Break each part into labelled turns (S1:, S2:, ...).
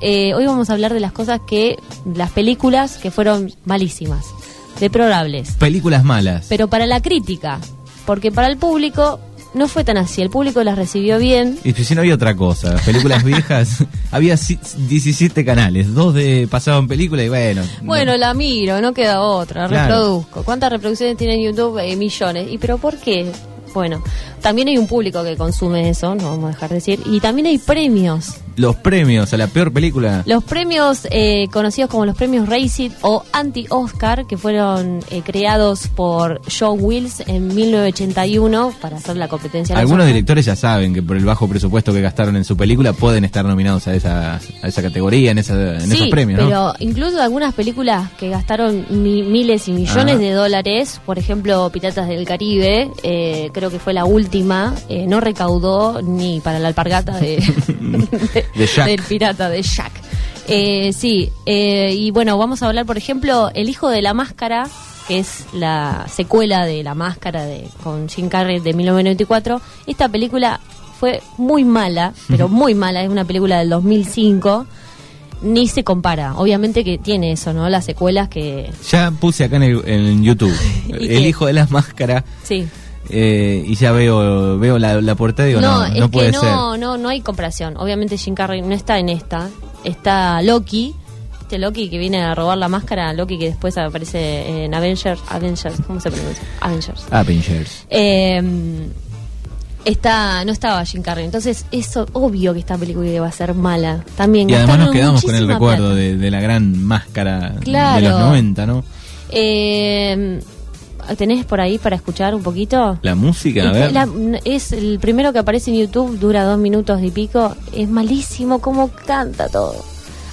S1: Eh, hoy vamos a hablar de las cosas que, las películas que fueron malísimas, deplorables,
S2: Películas malas.
S1: pero para la crítica, porque para el público no fue tan así, el público las recibió bien.
S2: Y si no había otra cosa, las películas viejas, había si- 17 canales, dos de pasaban película y bueno.
S1: Bueno,
S2: no.
S1: la miro, no queda otra,
S2: Claro.
S1: reproduzco. ¿Cuántas reproducciones tiene en YouTube? Eh, millones. ¿Y pero por qué? Bueno, también hay un público que consume eso, no vamos a dejar de decir. Y también hay premios.
S2: los premios a la peor película.
S1: Los premios eh, conocidos como los premios Racing o Anti-Oscar, que fueron eh, creados por Joe Wills en 1981 para hacer la competencia. a los
S2: Algunos
S1: Oscar.
S2: directores ya saben que por el bajo presupuesto que gastaron en su película pueden estar nominados a esa, a esa categoría, en, esa, en
S1: sí,
S2: esos premios, ¿no?
S1: pero incluso algunas películas que gastaron mi- miles y millones
S2: Ah.
S1: de dólares, por ejemplo Piratas del Caribe, eh, creo que fue la última, eh, no recaudó ni para la alpargata de,
S2: De Jack.
S1: del pirata de Jack. Eh, sí, eh, y bueno, vamos a hablar, por ejemplo, El Hijo de la Máscara, que es la secuela de La Máscara de, con Jim Carrey de 1994. Esta película fue muy mala, pero muy mala, es una película del 2005 ni se compara. Obviamente que tiene eso, ¿no? Las secuelas que...
S2: Ya puse acá en, el- en YouTube
S1: ¿Y
S2: El
S1: qué?
S2: hijo de las máscaras
S1: Sí.
S2: eh, y ya veo veo la, la portada y digo, no, no,
S1: es
S2: puede
S1: que no,
S2: ser.
S1: no, no hay comparación. Obviamente Jim Carrey no está en esta. Está Loki. Este Loki que viene a robar la máscara. Loki que después aparece en Avengers. Avengers, ¿cómo se pronuncia? Avengers.
S2: Avengers.
S1: Eh, está, no estaba Jim Carrey. Entonces, eso obvio que esta película iba a ser mala. También
S2: Y además nos
S1: gastaron
S2: quedamos con el
S1: muchísima
S2: recuerdo
S1: plata.
S2: de, de la gran máscara
S1: Claro.
S2: de los 90, ¿no?
S1: Eh, ¿Tenés por ahí para escuchar un poquito?
S2: La música, a
S1: Este,
S2: ver.
S1: la- n- es el primero que aparece en YouTube, dura dos minutos y pico. Es malísimo como canta todo.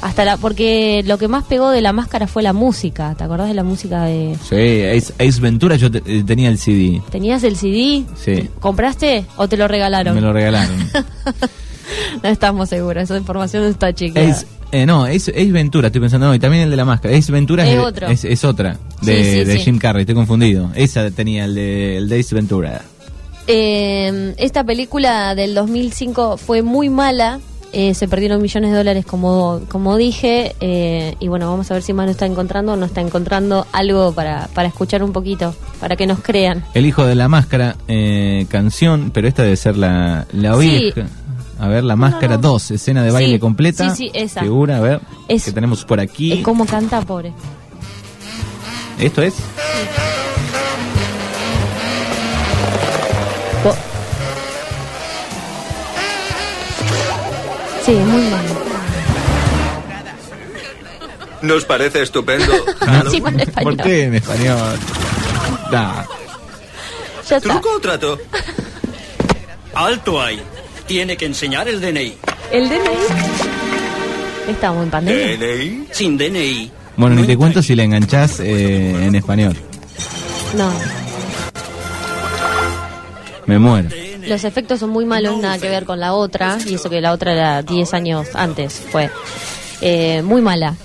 S1: Hasta la, porque lo que más pegó de la máscara fue la música. ¿Te acordás de la música de.
S2: Sí, Ace, Ace Ventura yo te- eh, tenía el CD.
S1: ¿Tenías el CD?
S2: Sí.
S1: ¿Compraste o te lo regalaron?
S2: Me lo regalaron.
S1: no estamos seguros, esa información no está chequeada.
S2: Ace, eh, no, Ace, Ace Ventura, estoy pensando, no, y también el de la máscara. Ace Ventura
S1: Es
S2: es, de-
S1: otro.
S2: es- es otra, de,
S1: Sí, sí,
S2: de
S1: sí.
S2: Jim Carrey, estoy confundido. Esa tenía el de, el de Ace Ventura.
S1: Eh, esta película del 2005 fue muy mala. eh, se perdieron millones de dólares, como, como dije. eh, y bueno, vamos a ver si Manu está encontrando o no está encontrando algo para, para escuchar un poquito, para que nos crean.
S2: El hijo de la máscara, eh, canción, pero esta debe ser la, la
S1: Sí.
S2: vieja. A ver, la máscara
S1: no.
S2: 2, escena de
S1: Sí,
S2: baile completa.
S1: sí, sí, esa.
S2: Figura, a ver,
S1: Es-
S2: que tenemos por aquí.
S1: Es como canta, pobre.
S2: ¿Esto es?
S1: Po- sí, es muy malo.
S3: ¿Nos parece estupendo? Halo.
S1: Sí, bueno, en español.
S2: Ah, ¿Por qué en español? Nah.
S1: Ya está.
S3: ¿Truco o trato?
S4: Alto ahí. Tiene que enseñar el DNI.
S1: El DNI. Estamos en pandemia.
S3: ¿DNI?
S4: Sin DNI.
S2: Bueno, ni
S4: no
S2: te
S4: entra
S2: cuento si la enganchás eh, en español.
S1: No,
S2: Me muero.
S1: los efectos son muy malos, nada que ver con la otra, y eso que la otra era 10 años antes, fue eh, muy mala.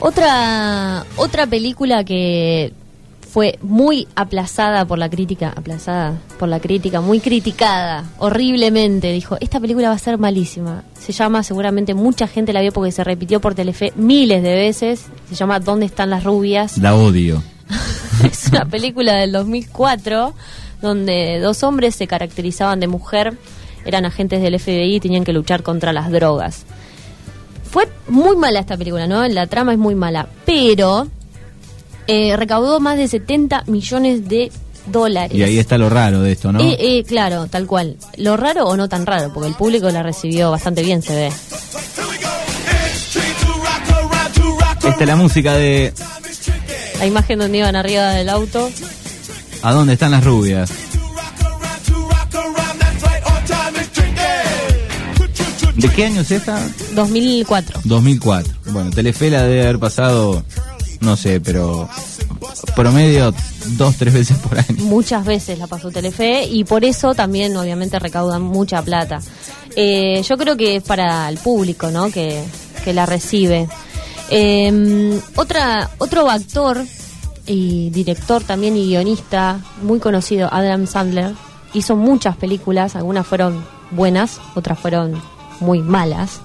S1: Otra, otra película que fue muy aplazada por la crítica, aplazada por la crítica, muy criticada, horriblemente, dijo, esta película va a ser malísima. Se llama, seguramente mucha gente la vio porque se repitió por Telefe miles de veces, se llama ¿Dónde están las rubias?
S2: La odio.
S1: es una película del 2004 donde dos hombres se caracterizaban de mujer, eran agentes del FBI y tenían que luchar contra las drogas. Fue muy mala esta película, ¿no? La trama es muy mala, pero eh, recaudó más de 70 millones de dólares.
S2: Y ahí está lo raro de esto, ¿no?
S1: Eh, eh, claro, tal cual. Lo raro o no tan raro, porque el público la recibió bastante bien, se ve.
S2: Esta es la música de
S1: La imagen donde iban arriba del auto.
S2: ¿A dónde están las rubias? ¿De qué año es esta?
S1: 2004.
S2: 2004. Bueno, Telefe la debe haber pasado, no sé, pero promedio dos, tres veces por año.
S1: muchas veces la pasó Telefe y por eso también obviamente recaudan mucha plata. Eh, yo creo que es para el público, ¿no? Que, que la recibe. Eh, otra, otro actor y director también y guionista muy conocido, Adam Sandler, hizo muchas películas, algunas fueron buenas, otras fueron muy malas.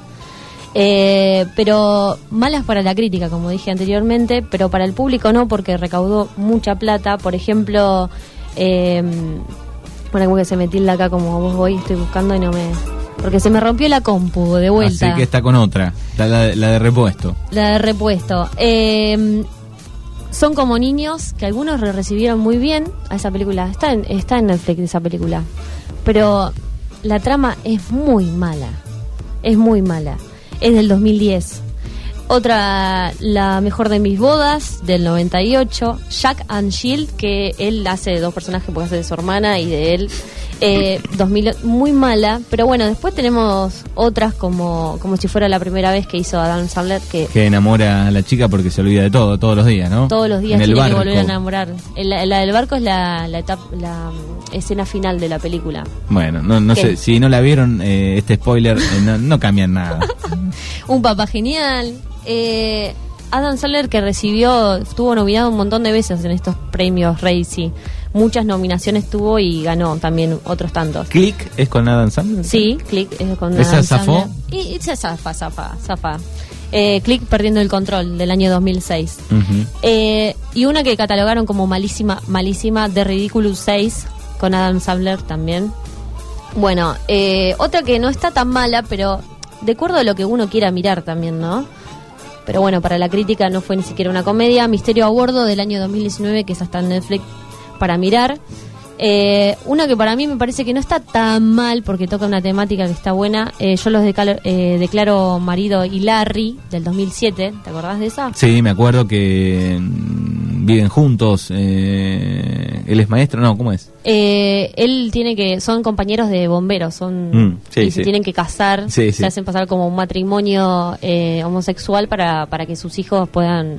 S1: Eh, pero malas para la crítica, como dije anteriormente, pero para el público no, porque recaudó mucha plata. Por ejemplo, eh, bueno, como que se me tilda acá como vos voy, estoy buscando y no me... Porque se me rompió la compu de vuelta.
S2: Así que está con otra, la, la- la de repuesto.
S1: La de repuesto. Eh, son como niños que algunos re- recibieron muy bien a esa película. Está en, está en Netflix esa película. Pero la trama es muy mala. Es muy mala. Es del 2010. Otra, la mejor de mis bodas, del 98. Jack and Shield, que él hace de dos personajes porque hace de su hermana y de él. Eh, 2000, muy mala. Pero bueno, después tenemos otras como, como si fuera la primera vez que hizo Adam Sandler, que
S2: Que enamora a la chica porque se olvida de todo, todos los días, ¿no?
S1: todos los días
S2: En el
S1: tiene
S2: barco.
S1: que volver a enamorar. El- La, la del barco es la, la, etapa- la mm, escena final de la película.
S2: Bueno, no, no
S1: ¿Qué?
S2: sé, si no la vieron, eh, este spoiler eh, no, no cambia en nada.
S1: Un papá genial. Eh, Adam Sandler que recibió, estuvo nominado un montón de veces en estos premios Racy. Muchas nominaciones tuvo y ganó también otros tantos.
S2: Click es con Adam Sandler.
S1: Sí, Click eh, con
S2: ¿Esa
S1: Adam
S2: zafó?
S1: Sandler. Y, y se zafa, zafa, zafa. Eh, Click perdiendo el control del año 2006.
S2: Ujú.
S1: Eh, y una que catalogaron como malísima, malísima, de Ridiculous 6, con Adam Sandler también. Bueno, eh, otra que no está tan mala, pero de acuerdo a lo que uno quiera mirar también, ¿no? Pero bueno, para la crítica no fue ni siquiera una comedia. Misterio a bordo del año 2019, que es hasta en Netflix para mirar. Eh, una que para mí me parece que no está tan mal porque toca una temática que está buena. Eh, yo los decalo- eh, declaro marido y Larry del 2007. ¿Te acordás de esa?
S2: Sí, me acuerdo que mm, viven juntos. eh, él es maestro, no, ¿cómo es?
S1: Eh, él tiene que, son compañeros de bomberos, son
S2: Mm, sí,
S1: y se
S2: sí.
S1: tienen que casar,
S2: Sí,
S1: se
S2: sí.
S1: hacen pasar como un matrimonio eh, homosexual para, para que sus hijos puedan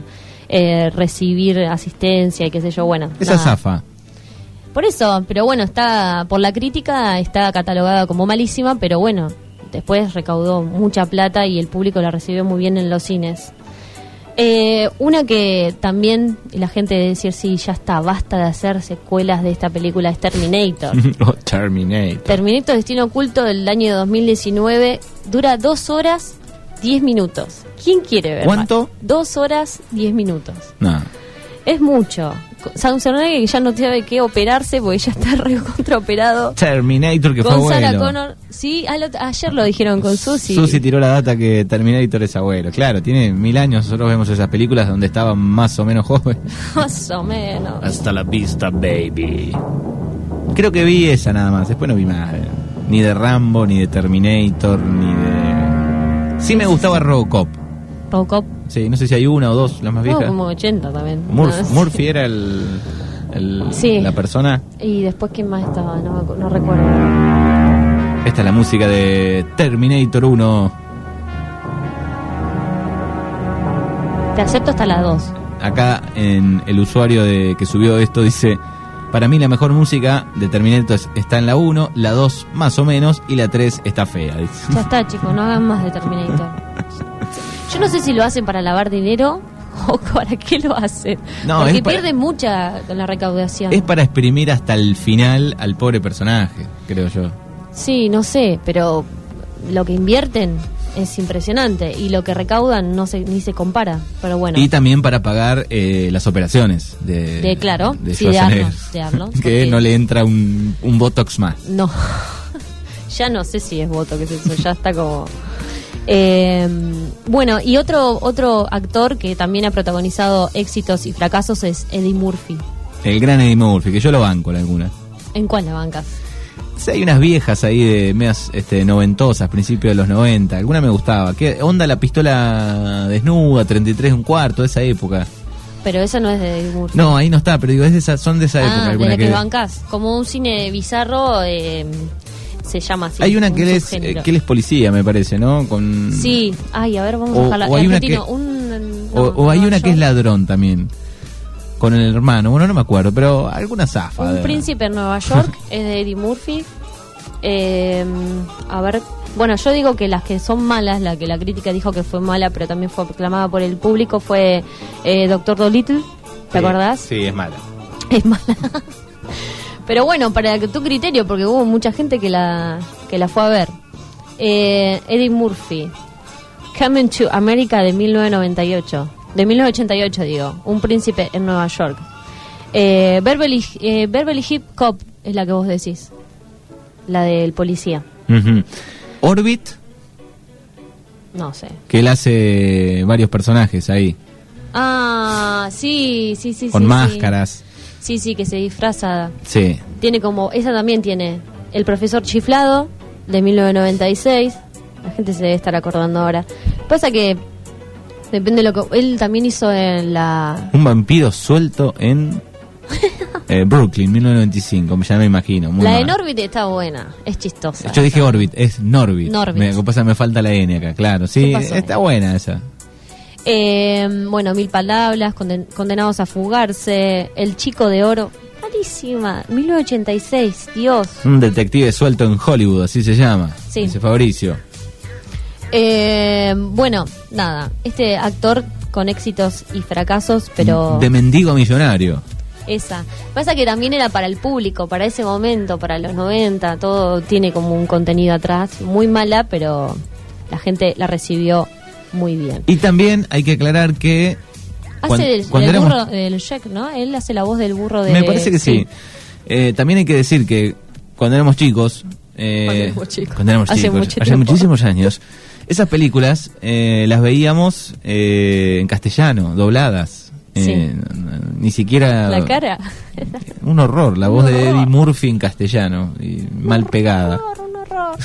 S1: eh, recibir asistencia y qué sé yo, bueno.
S2: Esa
S1: nada.
S2: zafa.
S1: Por eso, pero bueno, está, por la crítica está catalogada como malísima, pero bueno, después recaudó mucha plata y el público la recibió muy bien en los cines. Eh, una que también la gente debe decir, sí, ya está, basta de hacer secuelas de esta película, es Terminator.
S2: o Oh, Terminator.
S1: Terminator Destino Oculto del año 2019 dura 2 horas 10 minutos. ¿Quién quiere ver?
S2: ¿Cuánto?
S1: 2 horas 10 minutos.
S2: No.
S1: Es mucho. Schwarzenegger que ya no sabe qué operarse porque ya está recontraoperado.
S2: Terminator que fue
S1: Con Sarah
S2: abuelo.
S1: Connor, sí, al ot- ayer lo dijeron con Susi.
S2: Susi tiró la data que Terminator es abuelo. Claro, tiene mil años. Nosotros vemos esas películas donde estaba más o menos joven.
S1: Más o menos.
S5: Hasta la vista, baby.
S2: Creo que vi esa nada más. Después no vi más. eh. Ni de Rambo, ni de Terminator, ni de. Sí me gustaba Robocop.
S1: Robocop,
S2: Sí, no sé si hay una o dos, las más
S1: no,
S2: viejas.
S1: como 80 también.
S2: Murph-
S1: No, sí.
S2: Murphy era el, el-
S1: Sí.
S2: la persona.
S1: Y después, ¿quién más estaba? No, me acu- no recuerdo.
S2: Esta es la música de Terminator 1.
S1: Te acepto hasta las 2.
S2: Acá en el usuario de, que subió esto dice, para mí la mejor música de Terminator es- está en la 1, la 2 más o menos y la 3 está fea. dice.
S1: Ya está, chicos, no hagan más de Terminator. Yo no sé si lo hacen para lavar dinero o para qué lo hacen.
S2: No,
S1: Porque
S2: es para-
S1: pierden mucha con la recaudación.
S2: Es para exprimir hasta el final al pobre personaje, creo yo.
S1: Sí, no sé, pero lo que invierten es impresionante y lo que recaudan no se, ni se compara. Pero bueno,
S2: Y también para pagar eh, las operaciones de,
S1: De- claro,
S2: de
S1: sí, de
S2: Schwarzenegger.
S1: Arnold, de Arnold,
S2: que
S1: porque-
S2: no le entra un, un Botox más.
S1: no. ya no sé si es voto, que es eso, ya está como... Eh, bueno, y otro, otro actor que también ha protagonizado éxitos y fracasos es Eddie Murphy.
S2: El gran Eddie Murphy, que yo lo banco en algunas.
S1: ¿En cuál la bancas?
S2: Sí, hay unas viejas ahí de medias este, noventosas, principio de los 90. Alguna me gustaba. ¿Qué onda la pistola desnuda, 33 un cuarto, de esa época?
S1: Pero esa no es de Eddie Murphy.
S2: No, ahí no está, pero digo, es de esa, son de esa época.
S1: Ah, de
S2: alguna
S1: la que,
S2: que-
S1: bancas. Como un cine bizarro eh, se llama así.
S2: hay una
S1: un
S2: que él, es,
S1: subgénero.
S2: eh, que él es policía, me parece, ¿no? Con...
S1: Sí, ay, a ver, vamos
S2: Mm. O-
S1: a dejarla.
S2: o hay una
S1: Argentino,
S2: que-
S1: un-
S2: O,
S1: no,
S2: o hay
S1: no,
S2: una que
S1: yo-
S2: es ladrón también. Con el hermano, bueno, no me acuerdo, pero alguna zafa.
S1: Un
S2: de-
S1: príncipe en Nueva York es de Eddie Murphy. Eh, a ver, bueno, yo digo que las que son malas, la que la crítica dijo que fue mala, pero también fue aclamada por el público, fue eh, Doctor Dolittle. ¿Te acordás?
S2: Sí, es mala.
S1: es mala. Pero bueno, para que tu criterio, porque hubo mucha gente que la, que la fue a ver. Eh, Eddie Murphy. Coming to America de 1998. De 1988, digo. Un príncipe en Nueva York. Eh, Beverly, eh, Beverly Hip Cop es la que vos decís. La del policía.
S2: Ujú. Orbit,
S1: No sé.
S2: que él hace varios personajes ahí,
S1: Ah, sí, sí, sí.
S2: con
S1: sí, sí.
S2: máscaras.
S1: Sí, sí, que se disfraza.
S2: Sí.
S1: Tiene como. Esa también tiene. El profesor chiflado de 1996. La gente se debe estar acordando ahora. Pasa que. Depende de lo que. Él también hizo en la.
S2: Un vampiro suelto en eh, Brooklyn, 1995, ya me imagino. muy
S1: la
S2: mal.
S1: de Norbit está buena. Es chistosa.
S2: Yo dije Orbit, es Norbit.
S1: Norbit.
S2: Me, lo que pasa, es que me falta la N acá, claro.
S1: ¿Qué
S2: Sí,
S1: pasó?
S2: está buena esa.
S1: Eh, bueno, Mil Palabras, conden- Condenados a Fugarse, El Chico de Oro, malísima, 1986, Dios.
S2: Un detective suelto en Hollywood, así se llama.
S1: Sí.
S2: Dice Fabricio.
S1: Eh, bueno, nada, este actor con éxitos y fracasos, pero
S2: De mendigo a millonario.
S1: esa. Pasa que también era para el público, para ese momento, para los 90, todo tiene como un contenido atrás, muy mala, pero la gente la recibió muy bien.
S2: Y también hay que aclarar que. cuan-
S1: Hace Ah, el,
S2: cuando
S1: el
S2: éramos-
S1: burro del Jack, ¿no? Él hace la voz del burro de...
S2: Me parece que sí. Eh, también hay que decir que cuando éramos chicos. eh,
S1: Cuando éramos chicos.
S2: cuando éramos
S1: Hace
S2: chicos,
S1: mucho
S2: hace
S1: tiempo.
S2: muchísimos años. Esas películas eh, las veíamos eh, en castellano, dobladas.
S1: Sí.
S2: Eh, n- n- Ni siquiera.
S1: La cara.
S2: Un horror, la
S1: Un
S2: voz de
S1: horror.
S2: Eddie Murphy en castellano, y mal pegada.
S1: Un horror, un horror.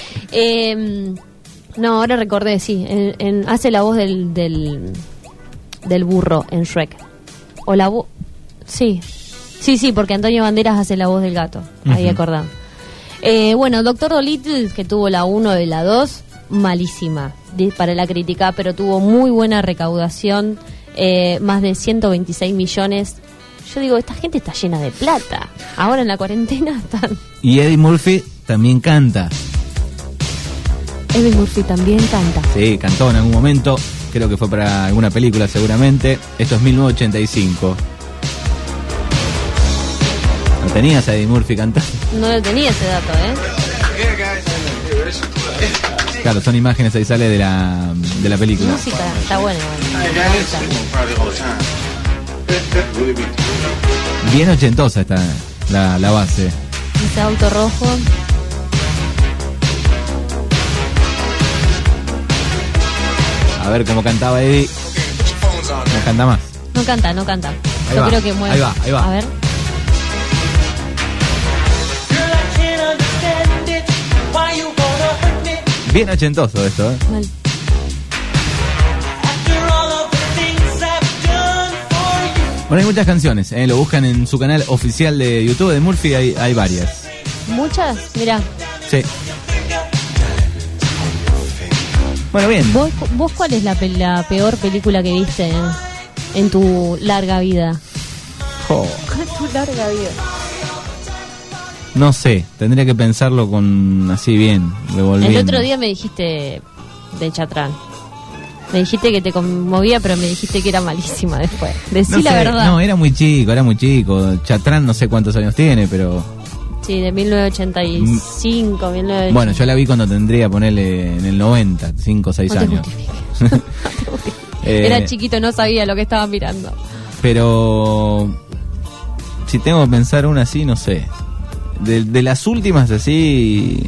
S1: Em, no, ahora recordé, sí. en- en- hace la voz del, del, del burro en Shrek. O la voz. Sí. Sí, sí, porque Antonio Banderas hace la voz del gato. Ahí
S2: Ujú.
S1: acordamos. Eh, bueno, Doctor Dolittle, que tuvo la 1 y la 2, malísima de- para la crítica, pero tuvo muy buena recaudación, eh, más de 126 millones. Yo digo, esta gente está llena de plata. Ahora en la cuarentena están...
S2: Y Eddie Murphy también canta.
S1: Eddie Murphy también canta.
S2: Sí, cantó en algún momento. Creo que fue para alguna película seguramente. Esto es 1985. ¿No tenías a Eddie Murphy cantando?
S1: No lo tenía ese dato, ¿eh?
S2: Claro, son imágenes ahí sale de la, de la película.
S1: Música, está bueno.
S2: Bien ochentosa está la, la base.
S1: Ese auto rojo.
S2: A ver cómo cantaba Eddie. No canta más.
S1: No canta, no canta.
S2: Ahí
S1: Yo
S2: va,
S1: creo que mueve.
S2: ahí va, ahí va.
S1: A ver.
S2: Bien ochentoso esto, ¿eh?
S1: mal.
S2: Bueno, hay muchas canciones, ¿eh? lo buscan en su canal oficial de YouTube de Murphy, hay, hay varias.
S1: Muchas, mira.
S2: Sí. Bueno, bien.
S1: ¿Vos, vos cuál es la, pe- la peor película que viste en, en tu larga vida?
S2: Jo,
S1: ¿Cuál es tu larga vida?
S2: no sé, tendría que pensarlo con así bien, revolviendo.
S1: El otro día me dijiste de Chatrán. Me dijiste que te conmovía, pero me dijiste que era malísima después. Decí
S2: No
S1: la
S2: sé,
S1: verdad.
S2: No, eh. era muy chico, era muy chico. Chatrán no sé cuántos años tiene, pero...
S1: Sí, de 1985, 1985.
S2: Bueno, yo la vi cuando tendría, ponerle en el 90, 5 o 6
S1: No te
S2: años.
S1: justifiques.
S2: Eh,
S1: Era chiquito, no sabía lo que estaba mirando.
S2: Pero si tengo que pensar una así, no sé. De, de las últimas así,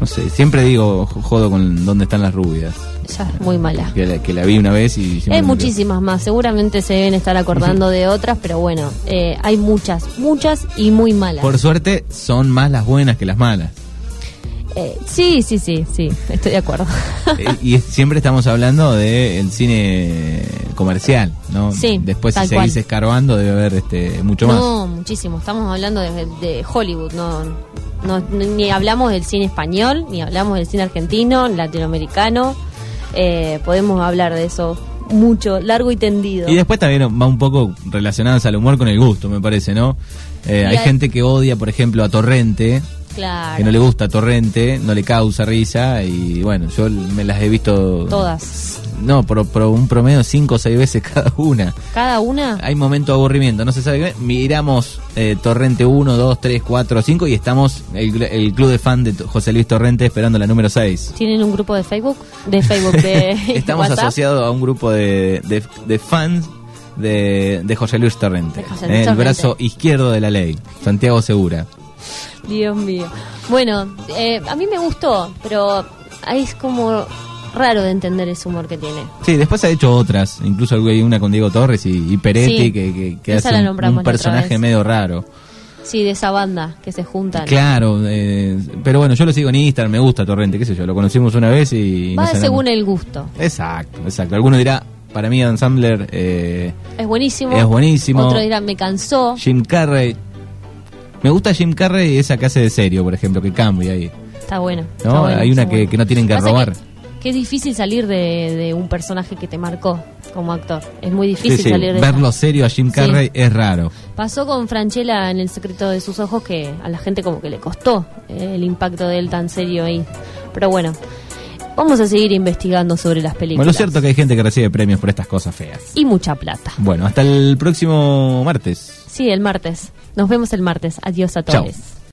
S2: no sé. Siempre digo jo- jodo con dónde están las rubias.
S1: Ya es muy mala.
S2: Que la, que la vi una vez y siempre
S1: Hay
S2: me-
S1: muchísimas más, seguramente se deben estar acordando de otras, pero bueno, eh, hay muchas, muchas y muy malas.
S2: Por suerte son más las buenas que las malas.
S1: Eh, sí, sí, sí, sí, estoy de acuerdo.
S2: Eh, y es- siempre estamos hablando del cine comercial, ¿no?
S1: Sí,
S2: Después si
S1: tal
S2: seguís
S1: cual.
S2: escarbando debe haber este mucho más.
S1: no, muchísimo, estamos hablando de, de Hollywood, no, no, ni hablamos del cine español, ni hablamos del cine argentino, latinoamericano, eh, podemos hablar de eso mucho, largo y tendido.
S2: Y después también va un poco relacionadas al humor con el gusto, me parece, ¿no? Eh,
S1: Y
S2: hay
S1: hay-
S2: gente que odia, por ejemplo, a Torrente
S1: Claro.
S2: que no le gusta Torrente, no le causa risa y bueno, yo me las he visto
S1: Todas.
S2: No, pero, un promedio cinco o seis veces cada una.
S1: Cada una.
S2: Hay momento de aburrimiento, no se sabe qué. Miramos eh, Torrente 1, 2, 3, 4, 5 y estamos el, el club de fan de José Luis Torrente esperando la número 6.
S1: ¿Tienen un grupo de Facebook? De Facebook de
S2: Estamos
S1: WhatsApp.
S2: asociados a un grupo de, de- de fans de, de José Luis Torrente.
S1: De José
S2: Eh,
S1: Luis
S2: El
S1: Torrente.
S2: brazo izquierdo de la ley, Santiago Segura.
S1: Dios mío. Bueno, eh, a mí me gustó, pero ahí es como raro de entender ese humor que tiene.
S2: Sí, después ha hecho otras, incluso hay una con Diego Torres y, y Peretti,
S1: Sí,
S2: que, que- que
S1: esa
S2: hace
S1: la
S2: un- un,
S1: nombramos la otra
S2: personaje
S1: vez.
S2: medio raro.
S1: Sí, de esa banda que se juntan.
S2: Claro, eh, pero bueno, yo lo sigo en Instagram, me gusta Torrente, qué sé yo, lo conocimos una vez y...
S1: Va
S2: nos
S1: según
S2: enamoramos.
S1: el gusto.
S2: Exacto, exacto. Alguno dirá, para mí Adam Sandler, eh,
S1: Es buenísimo.
S2: Es buenísimo.
S1: Otro dirá, me cansó.
S2: Jim Carrey... Me gusta Jim Carrey esa que hace de serio, por ejemplo, que cambia ahí.
S1: Está bueno. está
S2: No,
S1: bueno,
S2: hay una
S1: está
S2: que- que no tienen que
S1: Pasa
S2: robar.
S1: Que, que es difícil salir de, de un personaje que te marcó como actor. Es muy
S2: Sí,
S1: difícil
S2: sí,
S1: salir de
S2: verlo
S1: esa.
S2: serio a Jim
S1: Sí.
S2: Carrey es raro.
S1: Pasó con Franchella en El secreto de sus ojos que a la gente como que le costó eh, el impacto de él tan serio ahí. Pero bueno, vamos a seguir investigando sobre las películas.
S2: Bueno, lo cierto que hay gente que recibe premios por estas cosas feas.
S1: Y mucha plata.
S2: Bueno, hasta el próximo martes.
S1: Sí, el martes. Nos vemos el martes. Adiós a
S2: Chao.
S1: todos.